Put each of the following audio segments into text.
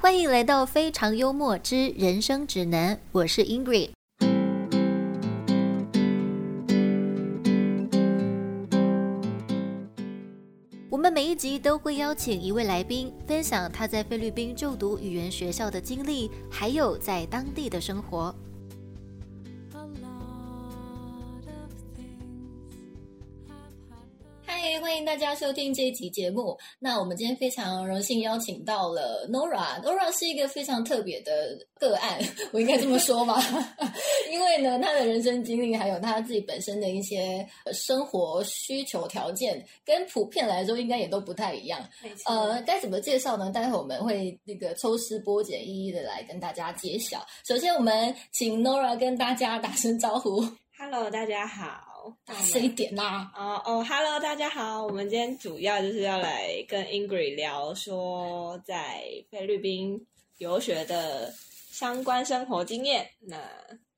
欢迎来到《非常幽默之人生指南》，我是 Ingrid。我们每一集都会邀请一位来宾，分享他在菲律宾就读语言学校的经历，还有在当地的生活。嗨，欢迎大家收听这一集节目。那我们今天非常荣幸邀请到了 Nora。Nora 是一个非常特别的个案，我应该这么说吧？ 因为呢，她的人生经历还有她自己本身的一些呃生活需求条件，跟普遍来说应该也都不太一样。呃，该怎么介绍呢？待会我们会那个抽丝剥茧，一一的来跟大家揭晓。首先，我们请 Nora 跟大家打声招呼， Hello，大家好。大声一点啦！哦哦，Hello，大家好。我们今天主要就是要来跟 Ingrid 聊说在菲律宾留学的相关生活经验，那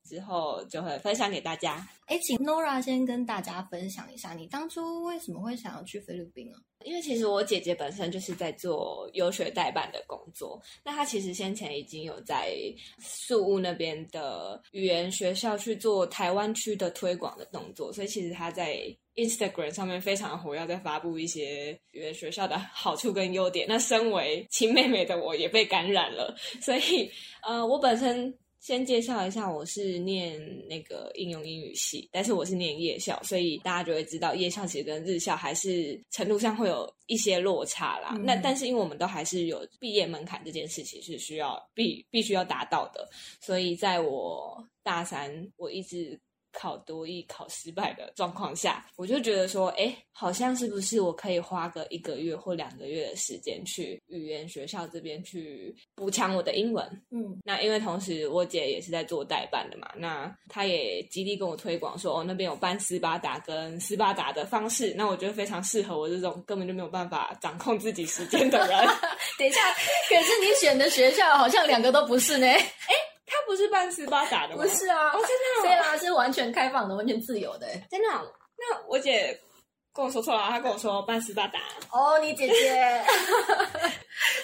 之后就会分享给大家。哎，请 Nora 先跟大家分享一下，你当初为什么会想要去菲律宾啊？因为其实我姐姐本身就是在做游学代办的工作，那她其实先前已经有在宿务那边的语言学校去做台湾区的推广的动作，所以其实她在 Instagram 上面非常活跃，在发布一些语言学校的好处跟优点。那身为亲妹妹的我也被感染了，所以呃，我本身。先介绍一下，我是念那个应用英语系，但是我是念夜校，所以大家就会知道夜校其实跟日校还是程度上会有一些落差啦。嗯那但是因为我们都还是有毕业门槛这件事情是需要必必须要达到的，所以在我大三，我一直考多艺考失败的状况下，我就觉得说，哎，好像是不是我可以花个一个月或两个月的时间去语言学校这边去补强我的英文？嗯，那因为同时我姐也是在做代办的嘛，那她也极力跟我推广说，哦，那边有办斯巴达跟斯巴达的方式，那我觉得非常适合我这种根本就没有办法掌控自己时间的人。 等一下，可是你选的学校好像两个都不是呢。她不是办斯巴达的吗？不是啊，哦，真虽的哦、然是完全开放的，完全自由的。真的哦、那我姐跟我说错了，啊她跟我说办斯巴达。哦，你姐姐。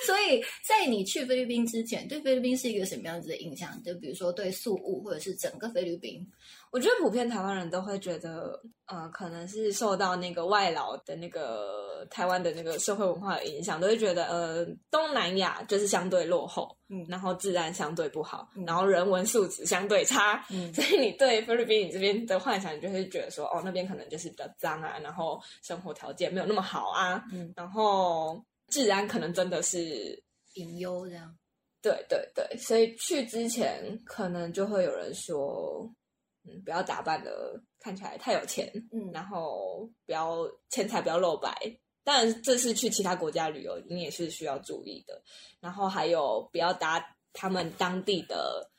所以在你去菲律宾之前，对菲律宾是一个什么样子的印象？就比如说对宿务，或者是整个菲律宾。我觉得普遍台湾人都会觉得，呃，可能是受到那个外劳的那个台湾的那个社会文化的影响，都会觉得，呃，东南亚就是相对落后，嗯然后治安相对不好，嗯然后人文素质相对差， 嗯所以你对菲律宾你这边的幻想，你就会觉得说，哦，那边可能就是比较脏啊，然后生活条件没有那么好啊，嗯，然后治安可能真的是 隐忧这样。对对对，所以去之前可能就会有人说，嗯，不要打扮的看起来太有钱，嗯然后不要钱财不要露白。当然，这是去其他国家旅游，你也是需要注意的。然后还有不要搭他们当地的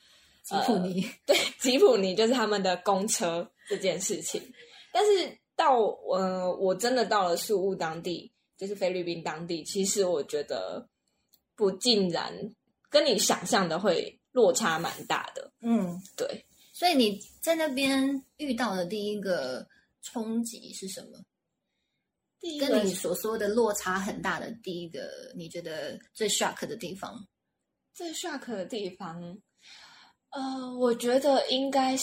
吉普尼。对吉普尼，就是他们的公车这件事情。但是到呃，我真的到了宿务当地，就是菲律宾当地，其实我觉得不尽然跟你想象的会落差蛮大的。嗯，对，所以你在那边遇到的第一个冲击是什么？第跟你所说的落差很大的第一个，你觉得最 shock 的地方？最 shock 的地方，呃，我觉得应该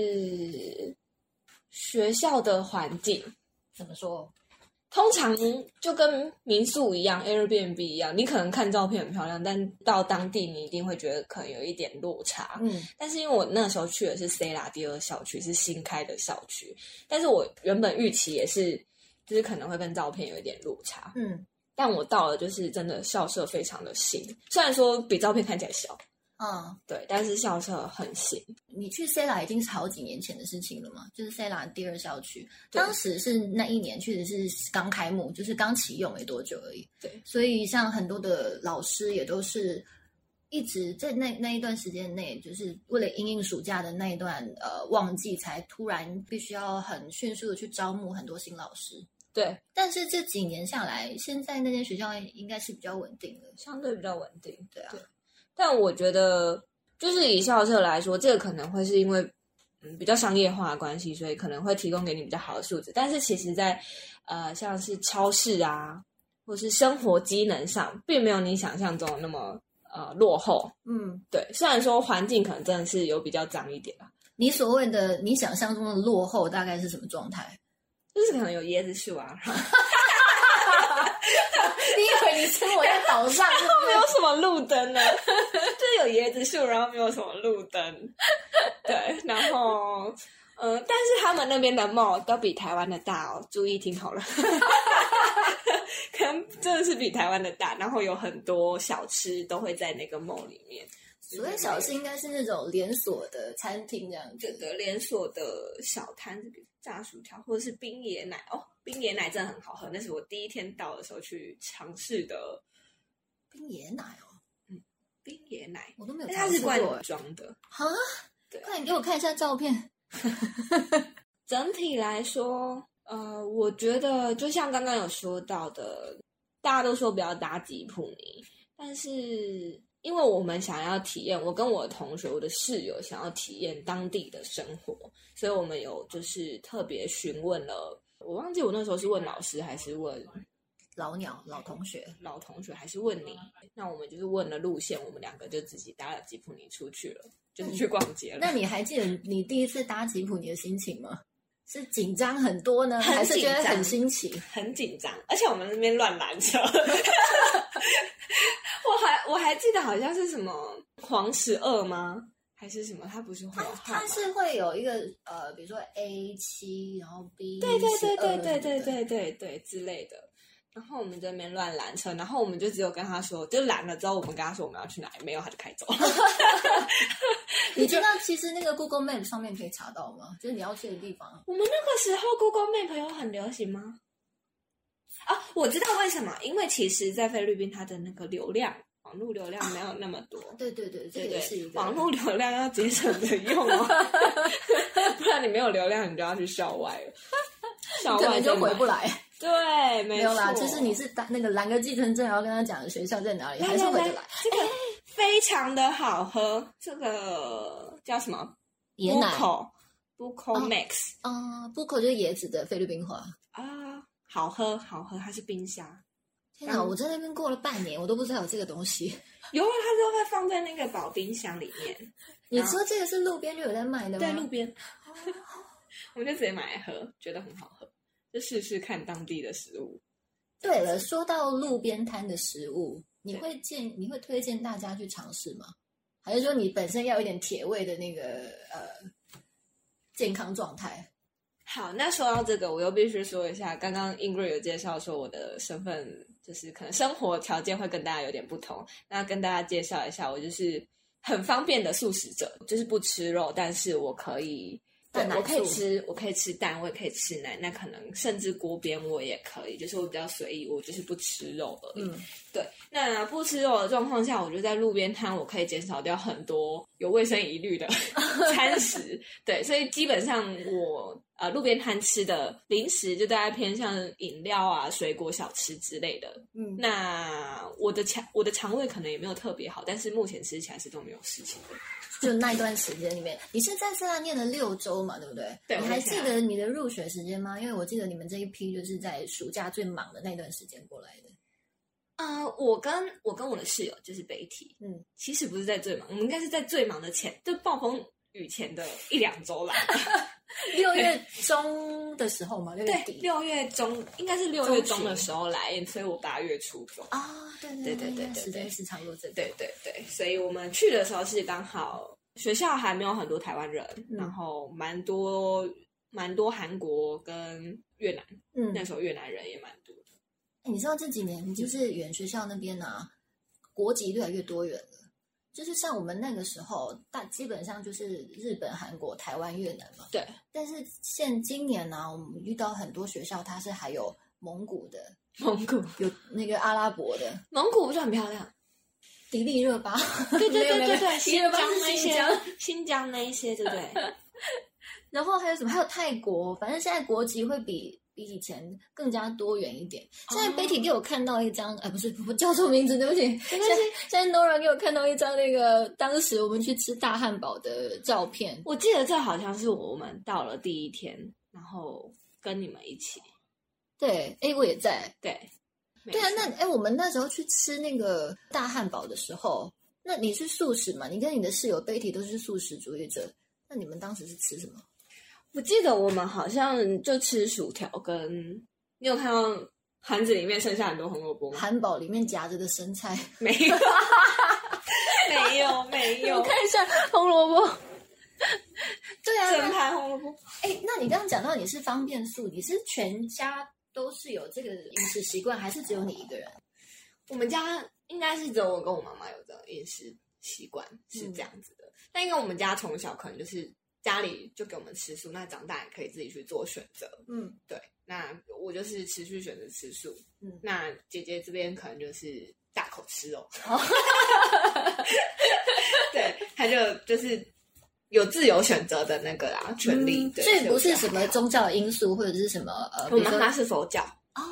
是学校的环境。怎么说？通常就跟民宿一样，Airbnb 一样，你可能看照片很漂亮，但到当地你一定会觉得可能有一点落差。嗯但是因为我那时候去的是 C 拉第二校区，是新开的校区，但是我原本预期也是，就是可能会跟照片有一点落差。嗯但我到了，就是真的校舍非常的新，虽然说比照片看起来小，啊，对，但是校舍很新。你去 Sela 已经是好几年前的事情了嘛？就是 Sela 第二校区，对当时是那一年确实是刚开幕，就是刚启用没多久而已。对，所以像很多的老师也都是。一直在那那一段时间内，就是为了因应暑假的那一段呃旺季，才突然必须要很迅速的去招募很多新老师。对，但是这几年下来，现在那间学校应该是比较稳定了。相对比较稳定。对啊，但我觉得，就是以校舍来说，这个可能会是因为嗯比较商业化的关系，所以可能会提供给你比较好的素质。但是其实在，呃像是超市啊，或是生活机能上，并没有你想象中的那么。呃落后。嗯，对，虽然说环境可能真的是有比较脏一点啦，你所谓的你想象中的落后大概是什么状 态？就是可能有椰子树啊，然后你以为你生活在岛 上是不没是有什么路 灯呢，就是有椰子树，然后没有什么路灯。对，然后嗯、呃但是他们那边的 mall 都比台湾的大哦，注意听好了。 可能真的是比台湾的大，然后有很多小吃都会在那个 mall 里面。所谓小吃应该是那种连锁的餐厅这样这子。个连锁的小摊子，比如炸薯条或者是冰椰奶哦，冰椰奶真的很好喝，那是我第一天到的时候去尝试的冰椰奶哦，冰椰奶，我都没有但尝它是试罐过哎。装的。啊对，快点给我看一下照片。整体来说，呃，我觉得就像刚刚有说到的，大家都说不要搭吉普尼，但是因为我们想要体验，我跟我的同学、我的室友想要体验当地的生活，所以我们有就是特别询问了，我忘记我那时候是问老师还是问老鸟老同学，老同学还是问你，那我们就是问了路线，我们两个就自己搭了吉普尼出去了，就是去逛街了。那你还记得你第一次搭吉普尼的心情吗？是紧张很多呢，很还是觉得紧张很新奇？很紧张，而且我们那边乱拦车。 我还我还记得好像是什么黄十二吗？还是什么？啊它不是黄它号吗它是会有一个呃，比如说 A 七，然后 B 对对12对对对对什么的对对对之类的。然后我们这边乱拦车，然后我们就只有跟他说，就拦了之后，我们跟他说我们要去哪里，没有他就开走。你知道其实那个 Google Map 上面可以查到吗？就是你要去的地方。 我们那个时候 Google Map 有很流行吗？啊，我知道为什么，因为其实，在菲律宾它的那个流量，网络流量没有那么多。对对对，这对个也是一对，个 网络流量要节省着用哦， 不然你没有流量，你就要去校外了，校根外本就回不来。来。对，没没错有啦，就是你是搭那个拦个计程车，然后跟他讲学校在哪里，来还是回来得来来。，这个非常的好喝，这个叫什么？椰奶哦 Buco Buco Max 啊，Buco 就是椰子的菲律宾话。啊，好喝好喝，它是冰沙。天哪，嗯我在那边过了半年，我都不知道有这个东西。有啊，它都会放在那个保冰箱里面，你说这个是路边就有在卖的吗？在啊路边， 我们就直接买来喝，觉得很好喝，就试试看当地的食物。对了，说到路边摊的食物，你会建你会推荐大家去尝试吗？还是说你本身要有一点铁胃的那个呃健康状态？好，那说到这个，我又必须说一下，刚刚 Ingrid 有介绍说我的身份就是可能生活条件会跟大家有点不同，那跟大家介绍一下，我就是很方便的素食者，就是不吃肉，但是我可以。对蛋，奶我可以素吃，我可以吃蛋，我也可以吃奶，那可能甚至锅边我也可以，就是我比较随意，我就是不吃肉而已。嗯，对，那不吃肉的状况下，我就在路边摊，我可以减少掉很多有卫生疑虑的 餐食。对，所以基本上我呃路边摊吃的零食就大概偏向饮料啊、水果、小吃之类的。嗯那我的肠我的肠胃可能也没有特别好，但是目前吃起来是都没有事情的。就那一段时间里面，你是在希腊念了六周嘛，对不对？对你还我在希记腊得你的入学时间吗？因为我记得你们这一批就是在暑假最忙的那段时间过来的。 呃，我跟我跟我的室友就是北体，嗯，其实不是在最忙，我们应该是在最忙的前，就暴风雨前的一两周啦。六月中的时候嘛，六月 对，底六月中应该是六月中的时候来，所以我八月初走。啊，对对对对对对对时间是差不多这个。对对对，所以我们去的时候是刚好学校还没有很多台湾人，嗯然后蛮多蛮多韩国跟越南，嗯，那时候越南人也蛮多的。欸你知道这几年就是远学校那边啊，国籍越来越多元了。就是像我们那个时候，大基本上就是日本、韩国、台湾、越南嘛。对。但是现今年呢、我们遇到很多学校，它是还有蒙古的，蒙古，有那个阿拉伯的， 蒙古不是很漂亮？迪丽热巴。 对对对没有对没有 对，迪丽新热疆巴是那新些疆。，新疆那一些，对不对？ 然后还有什么？还有泰国，反正现在国籍会比比以前更加多元一点。现在哦 Betty 给我看到一张，哎，不是，我叫错名字，对不起。现没在关系现在 Nora 给我看到一张那个当时我们去吃大汉堡的照片。我记得这好像是我们到了第一天，然后跟你们一起，对，哎，我也在。对，对啊，没错那哎，我们那时候去吃那个大汉堡的时候，那你是素食嘛？你跟你的室友 Betty 都是素食主义者，那你们当时是吃什么？我记得我们好像就吃薯条跟，你有看到盘子里面剩下很多红萝卜吗？汉堡里面夹着的生 菜，没有，没有，没有，一下红萝卜。 对啊，整盘红萝卜。哎、那你刚刚讲到你是方便素，你是全家都是有这个饮食习惯，还是只有你一个人？我们家应该是只有我跟我妈妈有这种饮食习惯是这样子的，但因为我们家从小可能就是家里就给我们吃素，那长大也可以自己去做选择。嗯，对，那我就是持续选择吃素。嗯那姐姐这边可能就是大口吃肉， 对，她就就是有自由选择的那个啦权利，对所以不是什。我觉么得宗教因素，或者是什么呃，比我如妈说，妈是佛教，哦，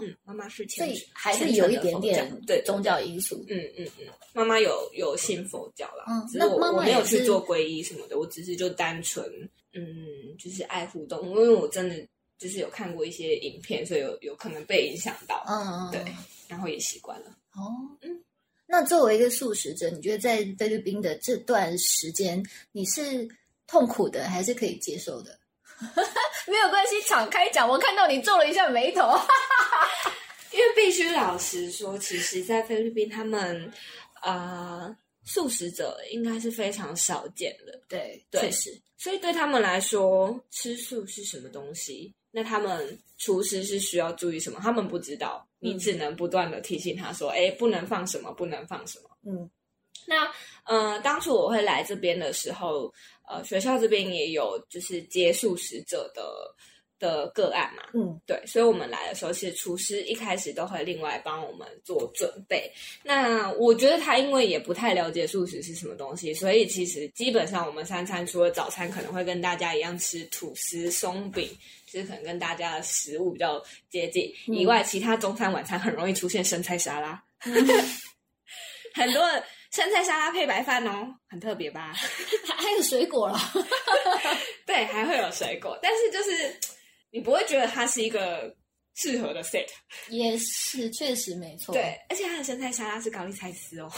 嗯，妈妈是所虔以诚，还是虔有诚一的点佛点教对宗教因素。嗯嗯嗯，妈妈有有信佛教啦，嗯只是我那妈妈我没有也是去做皈依什么的，我只是就单纯嗯，就是爱互动，因为我真的就是有看过一些影片，所以有有可能被影响到，嗯，嗯对，然后也习惯了。哦，嗯，那作为一个素食者，你觉得在菲律宾的这段时间，你是痛苦的还是可以接受的？没有关系，敞开讲。我看到你皱了一下眉头。因为必须老实说，其实，在菲律宾他们呃素食者应该是非常少见的，对，对确实， 所以对他们来说，吃素是什么东西？那他们厨师是需要注意什么？他们不知道，你嗯只能不断的提醒他说：“哎、不能放什么，不能放什么。嗯那”呃，当初我会来这边的时候，呃，学校这边也有就是接素食者的的个案嘛，嗯对，所以我们来的时候，其实厨师一开始都会另外帮我们做准备。那我觉得他因为也不太了解素食是什么东西，所以其实基本上我们三餐除了早餐可能会跟大家一样吃吐司、松饼，就是可能跟大家的食物比较接近嗯以外，其他中餐、晚餐很容易出现生菜沙拉， 很多生菜沙拉配白饭哦，很特别吧？ 还还有水果啦。对，还会有水果，但是就是你不会觉得它是一个适合的 set。也是，确实没错。对，，而且它的生菜沙拉是高丽菜丝哦，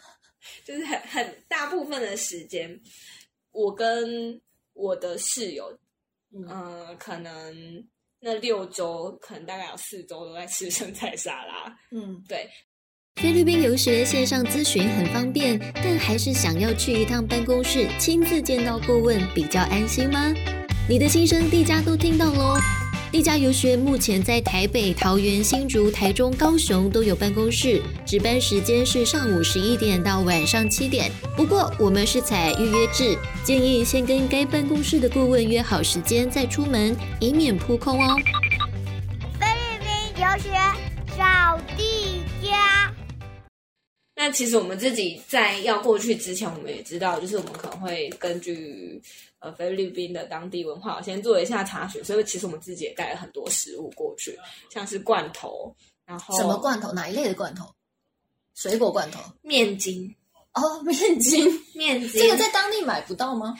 就是很很大部分的时间，我跟我的室友，嗯，呃，可能那六周，可能大概有四周都在吃生菜沙拉。 嗯对，菲律宾留学线上咨询很方便，但还是想要去一趟办公室亲自见到顾问比较安心吗？你的心声，地家都听到喽。地家游学目前在台北、桃园、新竹、台中、高雄都有办公室，值班时间是上午十一点到晚上七点。不过我们是采预约制，建议先跟该办公室的顾问约好时间再出门，以免扑空哦。菲律宾留学找地家。那其实我们自己在要过去之前，我们也知道，就是我们可能会根据呃菲律宾的当地文化，先做一下查询。所以其实我们自己也带了很多食物过去，像是罐头，然后什么罐头？哪一类的罐头？水果罐头。面筋。哦，面 筋，面筋这个在当地买不到吗？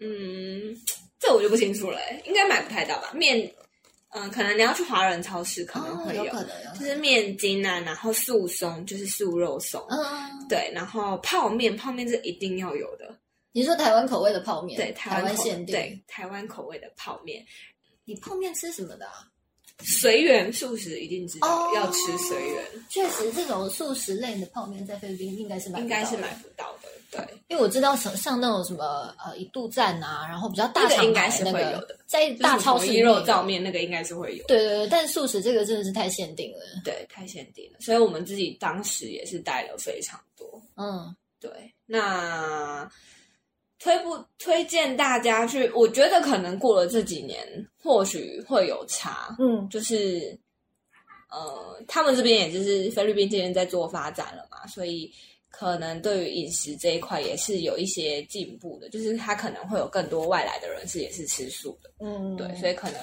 嗯，这我就不清楚了、欸，应该买不太到吧？面，嗯、可能你要去华人超市可能哦，会有有，可能，有可就能。是面筋啊，然后素松就是素肉松，嗯，对，然后泡面，泡面是一定要有的，你说台湾口味的泡面，对，台湾口限定。对，台湾口味的泡面，你泡面吃什么的、啊？随缘素食一定知道、哦要吃随缘，确实，这种素食类的泡面在菲律宾应该是买，应该是买，不到的，对。因为我知道像像那种什么呃一度站啊，然后比较大那个厂应牌该是那会个有的，在大就是超统市一肉里燥面面那个应该是会有。有的对对对，但素食这个真的是太限定了。对，太限定了，所以我们自己当时也是带了非常多。嗯对，那推不推荐大家去？我觉得可能过了这几年，或许会有差，嗯就是呃，他们这边也就是菲律宾这边在做发展了嘛，所以可能对于饮食这一块也是有一些进步的，就是他可能会有更多外来的人是也是吃素的，嗯，对，所以可能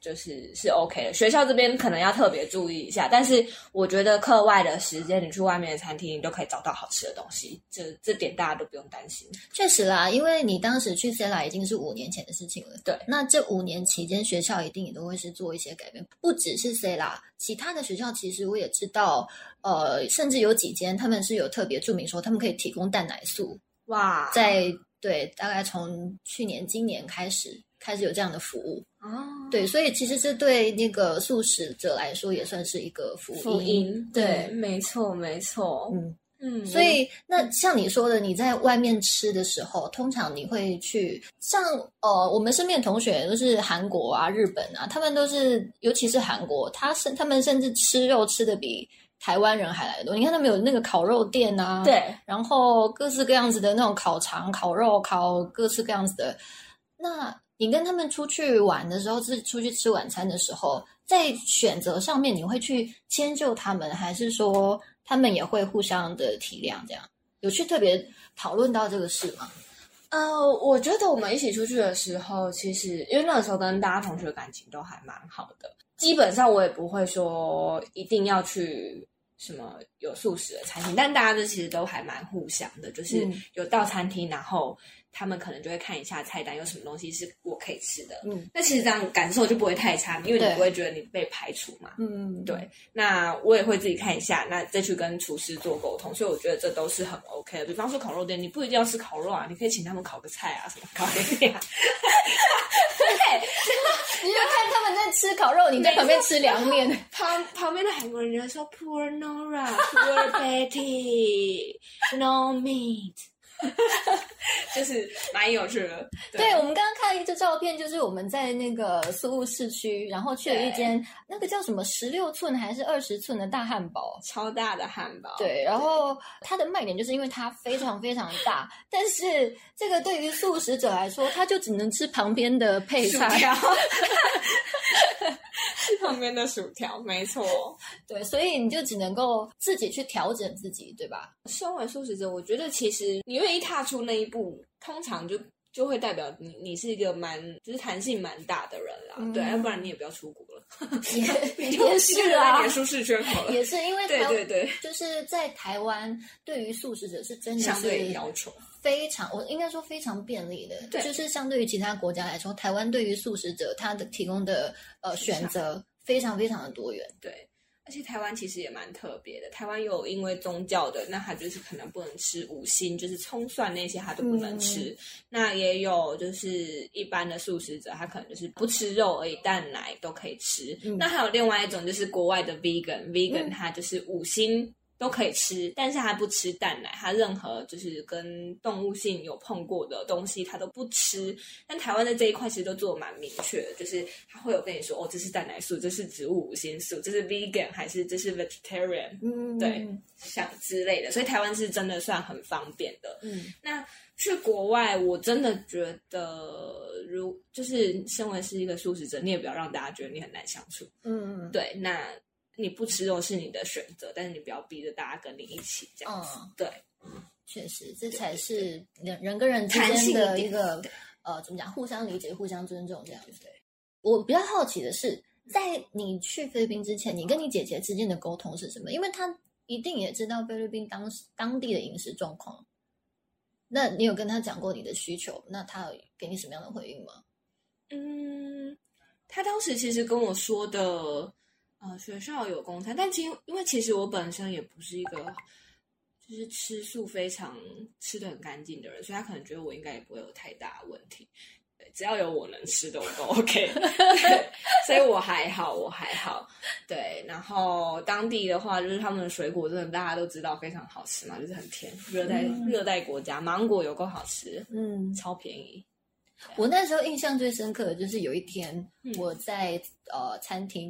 就是是 OK 的。学校这边可能要特别注意一下，但是我觉得课外的时间，你去外面的餐厅，你都可以找到好吃的东西，这这点大家都不用担心。确实啦，因为你当时去 CELA 已经是五年前的事情了。对那这五年期间，学校一定也都会是做一些改变，不只是 CELA，其他的学校其实我也知道，呃，甚至有几间他们是有特别注明说他们可以提供蛋奶素，哇，在对，大概从去年、今年开始开始有这样的服务。哦，对，所以其实这对那个素食者来说也算是一个福音。福音，对，对没错，没错，嗯，嗯，所以那像你说的，你在外面吃的时候，通常你会去像呃，我们身边的同学都是韩国啊、日本啊，他们都是，尤其是韩国，他甚他们甚至吃肉吃的比台湾人还来得多。你看他们有那个烤肉店啊，对，然后各式各样子的那种烤肠、烤肉、烤各式各样子的。那你跟他们出去玩的时候，是出去吃晚餐的时候，在选择上面，你会去迁就他们，还是说他们也会互相的体谅？这样有去特别讨论到这个事 吗？呃，我觉得我们一起出去的时候，其实因为那个时候跟大家同学感情都还蛮好的，基本上我也不会说一定要去什么有素食的餐厅，但大家这其实都还蛮互相的，就是嗯有到餐厅，然后他们可能就会看一下菜单有什么东西是我可以吃的，嗯那其实这样感受就不会太差，因为对你不会觉得你被排除嘛。嗯，对，那我也会自己看一下，那再去跟厨师做沟通，所以我觉得这都是很 OK 的。比方说烤肉店，你不一定要吃烤肉啊，你可以请他们烤个菜啊，什么烤给你啊。你就看他们在吃烤肉，你在旁边吃凉面， 旁旁边的韩国人就会说 Poor Nora, Poor Betty, No meat，就是蛮有趣的。对，我们刚刚看一张照片，就是我们在那个苏雾市区，然后去了一间那个叫什么十六寸还是二十寸的大汉堡。啊超大的汉堡，对，然后它的卖点就是因为它非常非常大，但是这个对于素食者来说，他就只能吃旁边的配薯菜。 条，旁边的薯条，没错。对，所以你就只能够自己去调整自己，对 吧？身为素食者，我觉得其实你愿意踏出那一步，通常就就会代表你你是一个蛮就是弹性蛮大的人啦，嗯对，要啊不然你也不要出国了，也你 就也你是就在啊你的，舒适圈好了。也是啊因为对台对对，就是在台湾，对于素食者是真的相对是要求，非常，我应该说非常便利的，对就是相对于其他国家来说，台湾对于素食者他的提供的呃选择非常非常的多元。对。而且台湾其实也蛮特别的，台湾有因为宗教的，那他就是可能不能吃五辛，就是葱蒜那些他都不能嗯吃。那也有就是一般的素食者，他可能就是不吃肉而已，蛋奶都可以吃。嗯那还有另外一种就是国外的 vegan，vegan、嗯他就是五辛都可以吃，但是他不吃蛋奶，他任何就是跟动物性有碰过的东西他都不吃。但台湾的这一块其实都做得蛮明确的，就是他会有跟你说哦，这是蛋奶素，这是植物五辛素，这是 vegan 还是这是 vegetarian 嗯对像之类的，所以台湾是真的算很方便的。嗯，那去国外，我真的觉得如就是身为是一个素食者，你也不要让大家觉得你很难相处。嗯嗯，对，那你不吃肉是你的选择，但是你不要逼着大家跟你一起这样子。嗯对，确实，这才是人人跟人之弹性间一的点一个对呃，怎么讲，互相理解、互相尊重这样子。我比较好奇的嗯是，在你去菲律宾之前，你跟你姐姐之间的沟通是什么？因为她一定也知道菲律宾当时当地的饮食状况。那你有跟她讲过你的需求，那她有给你什么样的回应吗？嗯，他当时其实跟我说的，呃，学校有公餐，但其实因为其实我本身也不是一个就是吃素非常吃的很干净的人，所以他可能觉得我应该也不会有太大问题。对，只要有我能吃的，我都 OK，对所以我还好，我还好。对，然后当地的话，就是他们的水果真的大家都知道非常好吃嘛，就是很甜，热带、嗯热带国家芒果有够好吃，嗯，超便宜。我那时候印象最深刻的就是有一天嗯我在、呃餐厅，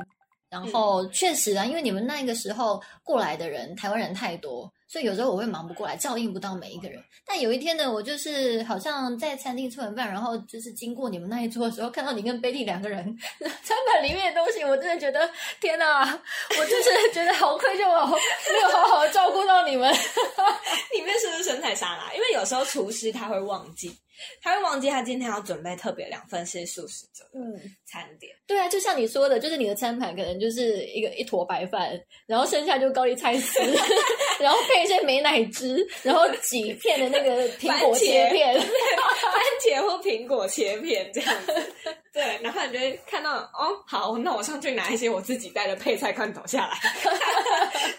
然后确实啊，因为你们那个时候过来的人，台湾人太多，所以有时候我会忙不过来，照应不到每一个人。但有一天呢，我就是好像在餐厅吃完饭，然后就是经过你们那一桌的时候，看到你跟贝蒂两个人 餐盘里面的东西，我真的觉得天哪，我就是觉得好愧疚哦，没有好好照顾到你们。里面是不是生菜沙拉？因为有时候厨师他会忘记，他会忘记他今天要准备特别两份是素食者的嗯，餐点。对啊，就像你说的，就是你的餐盘可能就是一个一坨白饭，然后剩下就高丽菜丝， 然后配一些美乃滋，然后几片的那个苹果切片，番茄或苹果切片这样子。对，然后你就会看到哦，好，那我上去拿一些我自己带的配菜罐头下来。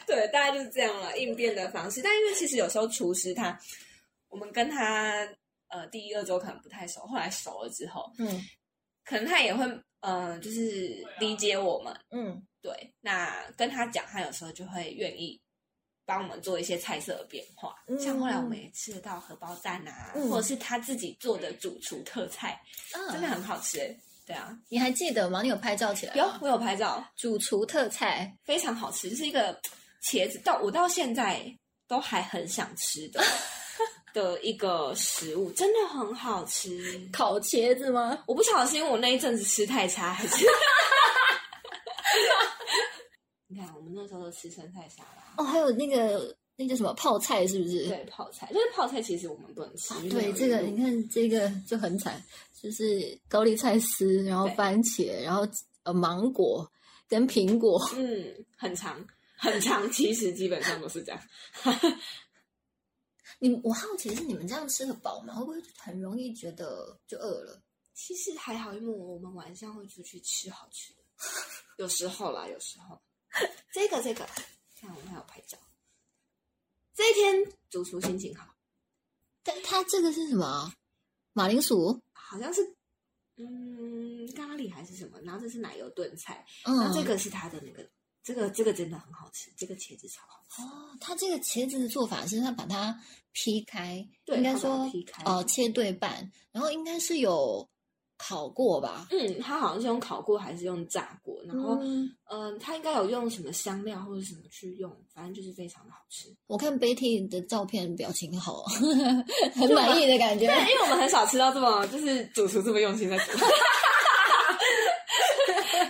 对，大概就是这样了，应变的方式。但因为其实有时候厨师他，我们跟他呃第一二周可能不太熟，后来熟了之后，嗯可能他也会呃就是理解我们。嗯，对，那跟他讲，他有时候就会愿意帮我们做一些菜色的变化。嗯像后来我们也吃得到荷包蛋啊，嗯或者是他自己做的主厨特菜，真的啊，很好吃欸。对啊，你还记得吗？你有拍照起来吗？有我有拍照，主厨特菜，非常好吃，就是一个茄子，到我到现在都还很想 吃的的一个食物，真的很好吃。烤茄子吗？我不晓得是因为我那一阵子吃太差，还 是 你看我们那时候都吃生菜沙拉。哦，还有那个那叫什么泡菜，是不是？对，泡菜，就是泡菜，其实我们不能吃。因为对，有这个鱼你看，这个就很惨，就是高丽菜丝，然后对番茄，然后呃芒果跟苹果。嗯，很长很长，其实基本上都是这样。你我好奇是你们这样吃得饱吗？会不会很容易觉得就饿了？ 其实还好，因为我们晚上会出去吃好吃的， 有时候啦，有时候。 这个这个，看我们还有拍照。这一天主厨心情好，但它这个是什么啊？马铃薯？好像是嗯咖喱还是什么，然后这是奶油炖菜，然嗯，后这个是他的那个，这个这个真的很好吃，这个茄子超好吃。哦，它这个茄子的做法是它把它劈开，对应该它把它说劈开呃切对半，然后应该是有烤过吧？嗯，他好像是用烤过还是用炸过，然后嗯，嗯，他应该有用什么香料或者什么去用，反正就是非常的好 吃。我看 Betty 的照片表情好， 很满意的感觉。因为我们很少吃到这么就是主厨这么用心在煮，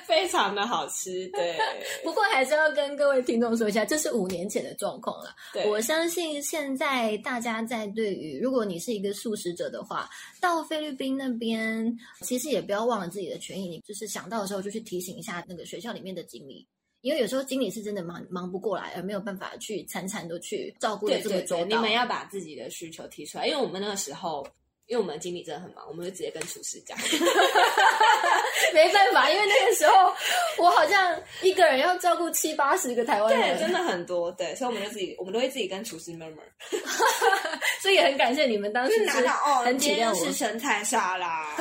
非常的好吃。对，不过还是要跟各位听众说一下，这是五年前的状况啦。对我相信现在大家在对于如果你是一个素食者的话，到菲律宾那边其实也不要忘了自己的权益，你就是想到的时候就去提醒一下那个学校里面的经理。因为有时候经理是真的忙忙不过来，而没有办法去餐餐都去照顾的对这么对周对，到。你们要把自己的需求提出来，因为我们那个时候。因为我们经理真的很忙，我们就直接跟厨师讲，没办法，因为那个时 候我好像一个人要照顾七八十个台湾人， 对，真的很多，对，所以我们就自己，我们都会自己跟厨师 murmur，所以也很感谢你们当时就是拿到哦，很体今谅天我。是生菜沙 拉，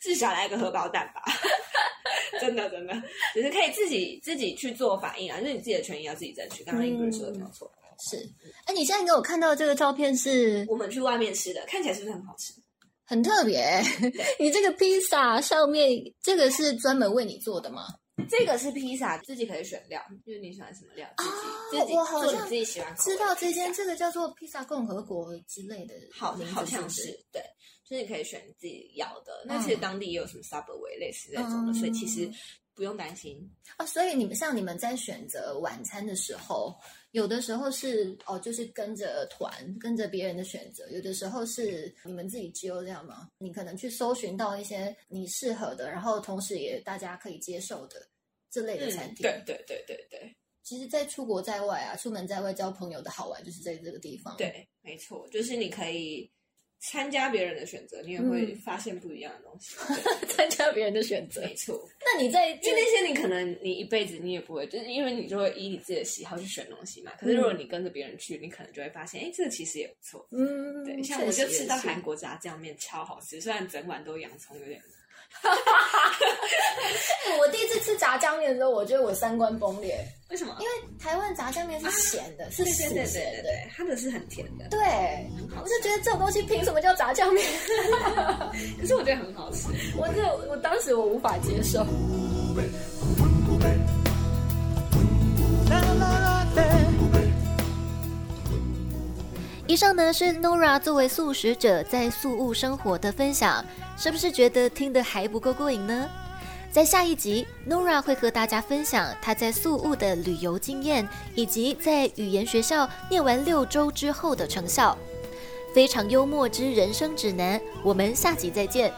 至少来个荷包蛋吧。 真的真的，只是可以自己自己去做反应啊，就是你自己的权益要自己争取。刚刚英国人说的没有错，是，哎、你现在给我看到这个照片是我们去外面吃的，看起来是不是很好吃？很特别、欸 你这个披萨上面这个是专门为你做的吗？这个是披萨，自己可以选料，就是你喜欢什么料，自己、自己我好做你像自己喜欢口味知的道这披间萨这个叫做披萨共和国之类的名字，好好像是是嗯不是。对，就是你可以选你自己要的。那其实当地也有什么 Subway 类似这种的，嗯所以其实不用担心，哦，所以你们像你们在选择晚餐的时候，有的时候是哦，就是跟着团，跟着别人的选择；有的时候是你们自己揪这样吗？你可能去搜寻到一些你适合的，然后同时也大家可以接受的这类的餐厅。嗯对对对对对。其实，在出国在外啊，出门在外交朋友的好玩就是在这个地方。，对，没错，就是你可以参加别人的选择，你也会嗯发现不一样的 东西。参加别人的选择对，没错，那你在就这那些你可能你一辈子你也不会，就是因为你就会依你自己的喜好去选东西嘛。可是如果你跟着别人去，你可能就会发现，哎、这个其实也不错。嗯，对，像确我实就也吃到是韩国炸酱面超好吃，虽然整碗都洋葱有点。我第一次吃炸酱面的时候，我觉得我三观崩裂，为什么？因为台湾炸酱面是咸的，是对对死对对咸对的。对，它的是很甜的，对，好我就觉得这种东西凭什么叫炸酱面？ 可是我觉得很好吃。我这我当时我无法接受。以上呢是 Nora 作为素食者在宿务生活的分享，是不是觉得听得还不够过瘾呢？在下一集，Nora 会和大家分享她在宿务的旅游经验，以及在语言学校念完六周之后的成效。非常幽默之人生指南。我们下集再见。